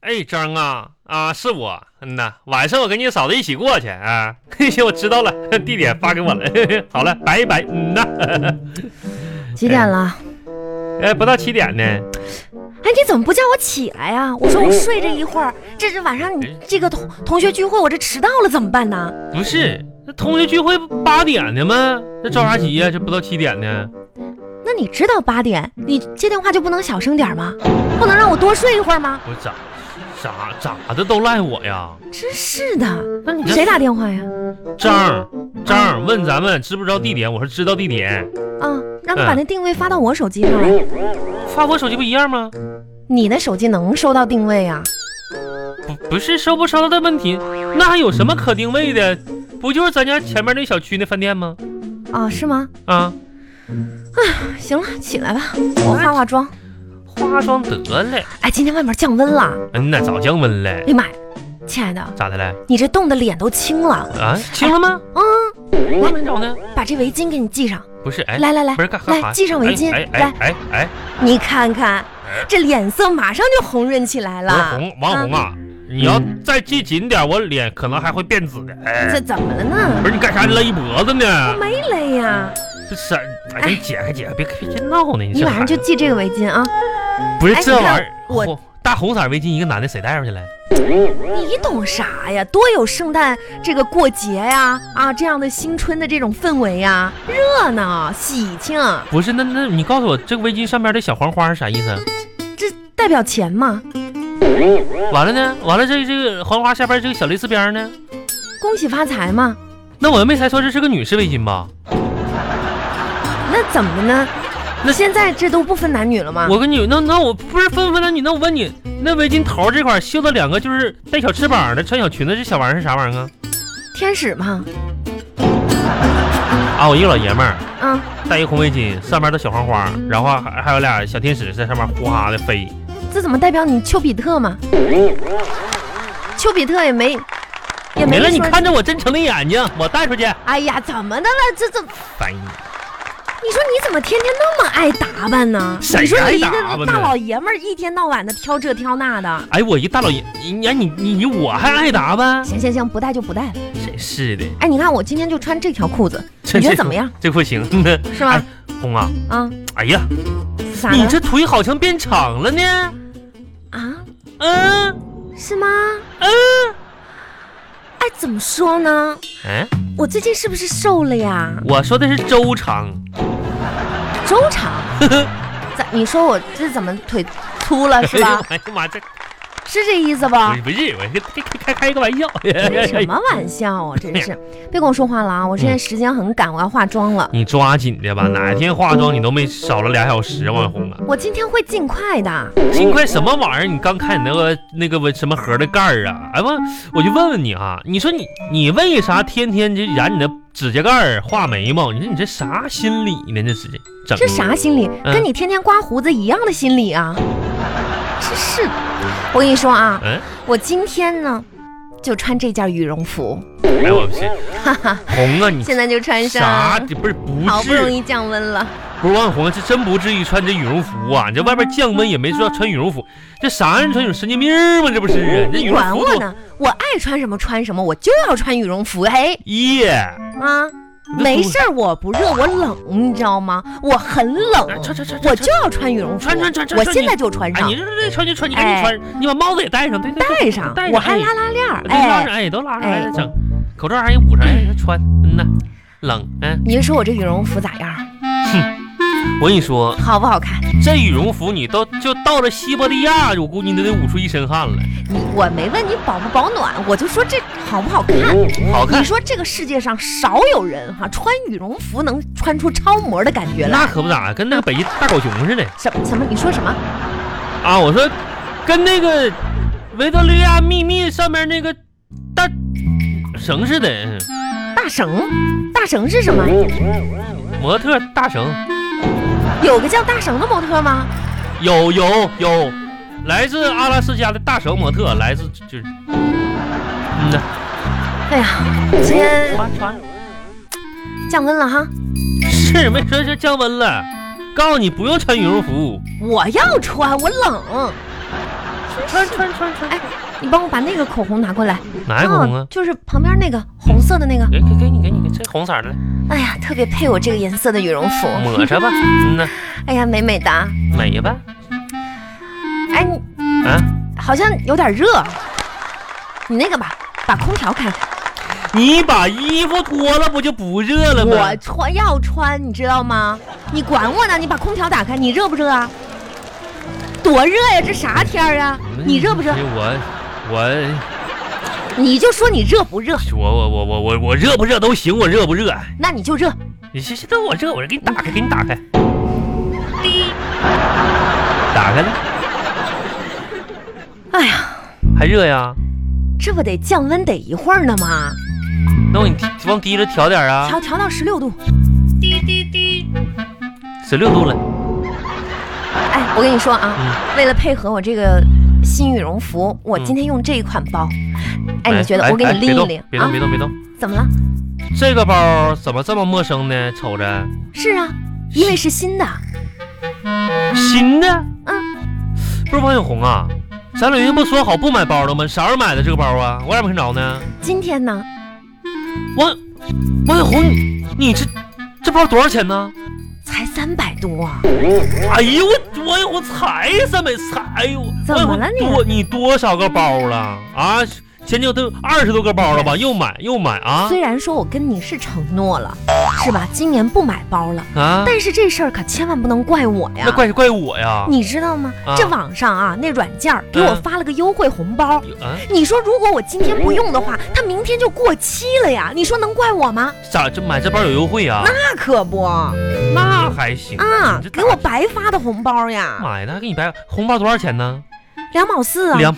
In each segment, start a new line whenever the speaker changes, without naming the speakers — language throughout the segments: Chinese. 哎，张啊啊，是我，嗯呐，晚上我跟你嫂子一起过去啊。嘿嘿，我知道了， 地点发给我了。嘿嘿好了，拜拜。嗯呐，
几点了？
哎，不到七点呢。
哎，你怎么不叫我起来呀、我
哎
说我睡这一会儿，这是晚上你这个同同学聚会，我这迟到了怎么办呢？
不是，那同学聚会不八点的吗？那着啥急呀、这不到七点呢？
那你知道八点，你接电话就不能小声点吗？不能让我多睡一会儿吗？
我咋咋咋的都赖我呀？
真是的，
那你这
谁打电话呀？
张张问咱们知不知道地点？我说知道地点，
啊，让他把
嗯
那定位发到我手机上来。
发我手机不一样吗？
你的手机能收到定位呀、
不不是收不收到的问题，那还有什么可定位的？不就是咱家前面那小区那饭店吗？
啊？是吗？
啊，
行了，起来吧，我化化妆。
化妆得了。
哎，今天外面降温了，
嗯呐，早降温了
哎，呀妈呀！亲爱的，
咋的了？
你这冻的脸都青了，
啊，清了吗？
嗯，
我没找呢。
把这围巾给你系上。
不是，哎，
来来来
不是干干啥
来
呀？
系上围巾
哎哎哎哎
你看看
哎，
这脸色马上就红润起来
哎，不
嗯
是
了。
红王红啊，你要再系紧点，我脸可能还会变紫的。哎，
嗯这怎么了呢？
不是你干啥勒脖子呢？
没勒呀，
这是，哎，你解开解开，别别闹呢！你
你
这
晚上
孩
就
子
系这个围巾啊！
不是
哎
这
你看
玩意儿，
我
红大红色围巾，一个男的谁戴上去了？
你懂啥呀？多有圣诞这个过节呀啊，这样的新春的这种氛围呀，热闹喜庆，
不是，那那你告诉我，这个围巾上面的小黄花是啥意思？
这代表钱嘛。
完了呢？完了这这个黄花下边这个小蕾丝边儿呢？
恭喜发财嘛！
那我又没猜错，这是个女士围巾吧？
那怎么的呢？
那
现在这都不分男女了吗？
我跟你，那那我不是分不分男女？那我问你，那围巾头这块儿绣的两个就是带小翅膀的，穿小裙子这小玩意儿是啥玩意儿啊？
天使嘛，
啊，我一个老爷们儿
啊，
戴一个红围巾，上面的小黄花，然后还还有俩小天使在上面哗的飞。
这怎么代表你丘比特嘛？丘比特也没，也
没
没
了，
说
你看着我真诚的眼睛，我带出去。
哎呀，怎么的了？这这，
烦你！
你说你怎么天天那么爱打扮呢？
谁
你说你一
爱打扮
个
呢
大老爷们儿，一天到晚的挑这挑那的。
哎，我一大老爷，你哎你你你我还爱打扮？
行行行，不带就不带了。
真是的，
哎，你看我今天就穿这条裤子，
这
你觉
这
得怎么样？
这不行，
是吧
哎？红啊！
啊，
哎呀，
咋
你
了？
这腿好像变长了呢。
啊，
嗯
是吗？
嗯，
哎，怎么说呢？
哎，
我最近是不是瘦了呀？
我说的是周长，
周长，咋？你说我这怎么腿粗了啊是吧？
哎呀哎妈，这
是这意思不？
不是不是，我这这开开开个玩笑。
开什么玩笑啊！真是，别跟我说话了啊！我现在时间很赶，我要化妆了。
你抓紧的吧，
嗯
哪天化妆你都没少了俩小时，网红啊！
我今天会尽快的。
金块什么玩意儿？你刚看你那个那个文什么盒的盖儿啊？哎妈，我就问问你啊，你说你你为啥天天就染你的指甲盖儿画眉毛？你说你这啥心理呢？这是整
这啥心理？
嗯
跟你天天刮胡子一样的心理啊！真是，我跟你说啊，
嗯，
我今天呢就穿这件羽绒服，
哎我不 是，红啊你
现在就穿
啥？
上，
这不是不
好不容
是
易降温了。
不是万红，这真不至于穿这羽绒服啊！你这外边降温也没说要穿羽绒服，这啥人穿羽绒神经病吗？这不是啊？这
你
羽绒
管
服
我
多
呢，我爱穿什么穿什么，我就要穿羽绒服。哎
耶，
啊，没事儿，我不热，我冷，你知道吗？我很冷
哎，穿穿穿
我
穿
就要穿羽绒服。
穿穿穿穿
我
穿
现
你
在就穿
哎，
上
你，这这穿就穿，你赶紧穿，你把帽子也戴上，对对对，
哎戴上
戴，上
我还
哎
拉拉链儿。
都拉上，
哎，
哎，都拉上，
哎
哎，整口罩还给捂上， 哎，穿，嗯呐，冷，嗯，
你就说我这羽绒服咋样？
我跟你说，
好不好看？
这羽绒服你都就到了西伯利亚，我估计你都得捂出一身汗了。
你我没问你保不保暖，我就说这好不好看。
哦好看
哦你说这个世界上少有人哈、穿羽绒服能穿出超模的感觉
那
来。
可不咋，跟那个北极大狗熊似的
什么什么？你说什么？
啊！我说，跟那个维多利亚秘密上面那个大绳似的，嗯
大绳？大绳是什么？
哦模特大绳，
有个叫大绳的模特吗？
有有有，来自阿拉斯加的大绳模特，来自就是，嗯呐，
哎呀，今天
穿穿。
降温了哈，
事，没 说是降温了。告诉你，不用穿羽绒服，
我要穿，我冷。
穿穿穿穿。
哎你帮我把那个口红拿过来，哦
哪一个红啊？
就是旁边那个红色的那个。
给给给你给你给这红色的来，
哎呀，特别配我这个颜色的羽绒服。
抹着吧。 嗯呐，
哎呀，美美哒。
美吧。
哎，你
啊，
好像有点热，你那个吧，把空调开开。
你把衣服脱了，不就不热了
我
吗？
穿要穿，你知道吗？你管我呢？你把空调打开，你热不热啊？多热呀！这啥天儿啊？你热不热
哎？我我
你就说你热不热，
我我我我我我热不热都行，我热不热？啊
那你就热。
你这这都我热，我给你打开，给你打开。打开了，
哎呀，
还热呀？
这不得降温得一会儿呢吗？
那我给你提往低了调点啊，
调调到十六度。
十六度了。
哎，我跟你说啊，
嗯
为了配合我这个新羽绒服，我
嗯
今天用这一款包。哎，
来
你觉得
来
我给你
来别
拎一
动
拎啊
别动，别动，别动。
怎么了？
这个包怎么这么陌生呢？瞅着
是啊，因为是新的。
新的，
嗯，
不是王小红啊，咱俩人不说好不买包了吗？啥时候买的这个包啊？我咋没看着呢？
今天呢，
王王小红，你你这这包多少钱呢？
才三百多啊。
哎呦我王小红才三百才，哎呦，
怎么了
王
你
小红多你多少个包了啊？前就都二十多个包了吧？又买又买啊
虽然说我跟你是承诺了，是吧？今年不买包了，
啊！
但是这事儿可千万不能怪我呀
那。怪怪我呀？
你知道吗？
啊嗯
这网上啊，那软件儿给我发了个优惠红包。
啊，
你说如果我今天不用的话，它明天就过期了呀。你说能怪我吗？
咋这买这包有优惠啊？
那啊可不啊，
那还行你这
给我白发的红包呀，
妈呀，那还给你白红包多少钱呢？
两毛四啊。
两，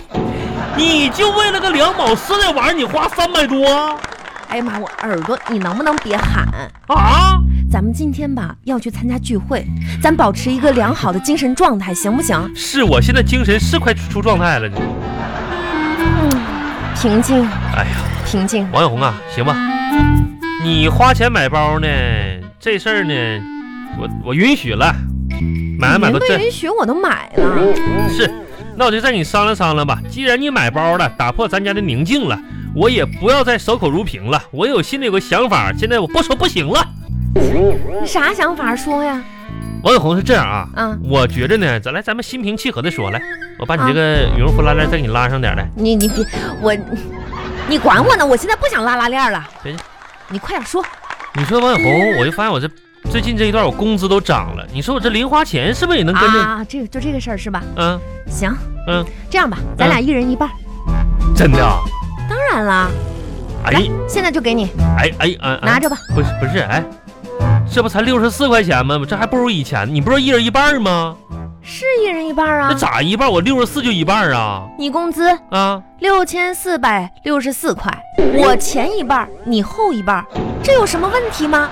你就为了个两毛四的玩意儿，你花三百多
哎呀妈，我耳朵，你能不能别喊？
啊？
咱们今天吧要去参加聚会，咱保持一个良好的精神状态，行不行？
是我现在精神是快出出状态了，你
平静，
哎呀，
平静。
王小红啊，行吧，你花钱买包呢，这事儿呢，我我允许了，买买
你
吧，
们
这
允许我都买了，
是，那我就再跟你商量商量吧。既然你买包了，打破咱家的宁静了，我也不要再守口如瓶了，我有心里有个想法，现在我不说不行了。
啥想法说呀？
王小红是这样啊，
啊，
我觉着呢，咱来咱们心平气和的说，来，我把你这个羽绒服拉链再给你拉上点儿来，
你你别我，你管我呢？我现在不想拉拉链了
别介。
你快点说，
你说王小红，我就发现我这最近这一段我工资都涨了，你说我这零花钱是不是也能嗯跟着？
啊，这个就这个事儿是吧？
嗯、
行，
嗯，
这样吧，咱俩一人一半儿。
真的啊？
当然啦，
哎
来，现在就给你
哎哎啊！
拿
着，
着吧。
不是不是，哎，这不才六十四块钱吗？这还不如以前，你不是一人一半吗？
是一人一半儿
那
啊。
咋一半？我六十四就一半啊
你工资
啊！
六千四百六十四块，我前一半儿，你后一半儿，这有什么问题吗？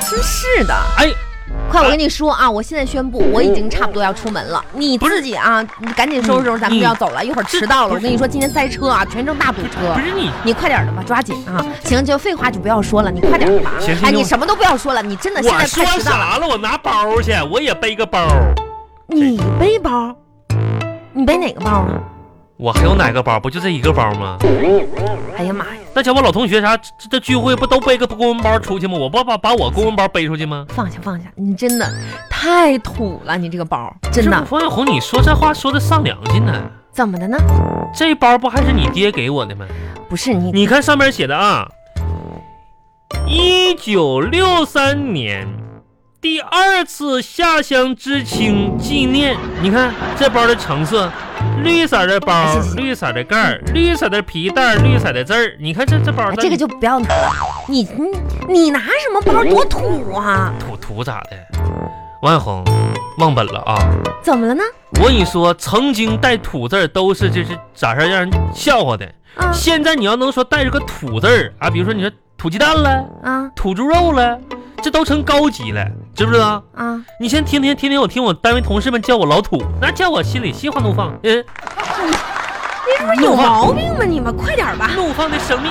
真是的。
哎，
快，我跟你说啊，我现在宣布，我已经差不多要出门了。你自己啊，你赶紧收拾收拾，咱们就要走了，一会儿迟到
嗯
了。
不
我
是
跟你说，今天塞车啊，全程大堵车
不。是你，
你快点的吧，抓紧啊！行，就废话就不要说了，你快点的吧
行。行
哎，你
行
什么都不要说了，你真的现
我
在
说
快迟到了。
啥了？我拿包去，我也背个包。
你背包，你背哪个包啊？
我还有哪个包？不就这一个包吗？
哎呀妈呀，
那瞧我老同学啥，这这聚会不都背个公文包出去吗？我不把把我公文包背出去吗？
放下放下，你真的太土了，你这个包真
这
的
王小红，你说这话说的上良心呢？
怎么的呢？
这包不还是你爹给我的吗？
不是你
你看上面写的啊，一九六三年第二次下乡知青纪念。你看这包的成色，绿色的包
哎行行，行
绿色的盖儿，绿色的皮带儿，绿色的字儿。你看这这包
哎，
那
这个就不要拿了。你你你拿什么包？多土啊！
土土咋的？王小红，忘本了啊！
怎么了呢？
我跟你说，曾经带土字儿都是就是咋事儿让人笑话的。
啊
现在你要能说带着个土字儿啊，比如说你说土鸡蛋了。
啊
土猪肉了，这都成高级了，知不知道？
啊！
你现在天天天天我听我单位同事们叫我老土，那叫我心里心花怒放，嗯，
哎你是不是有毛病吧你们？快点吧！
怒放的生命，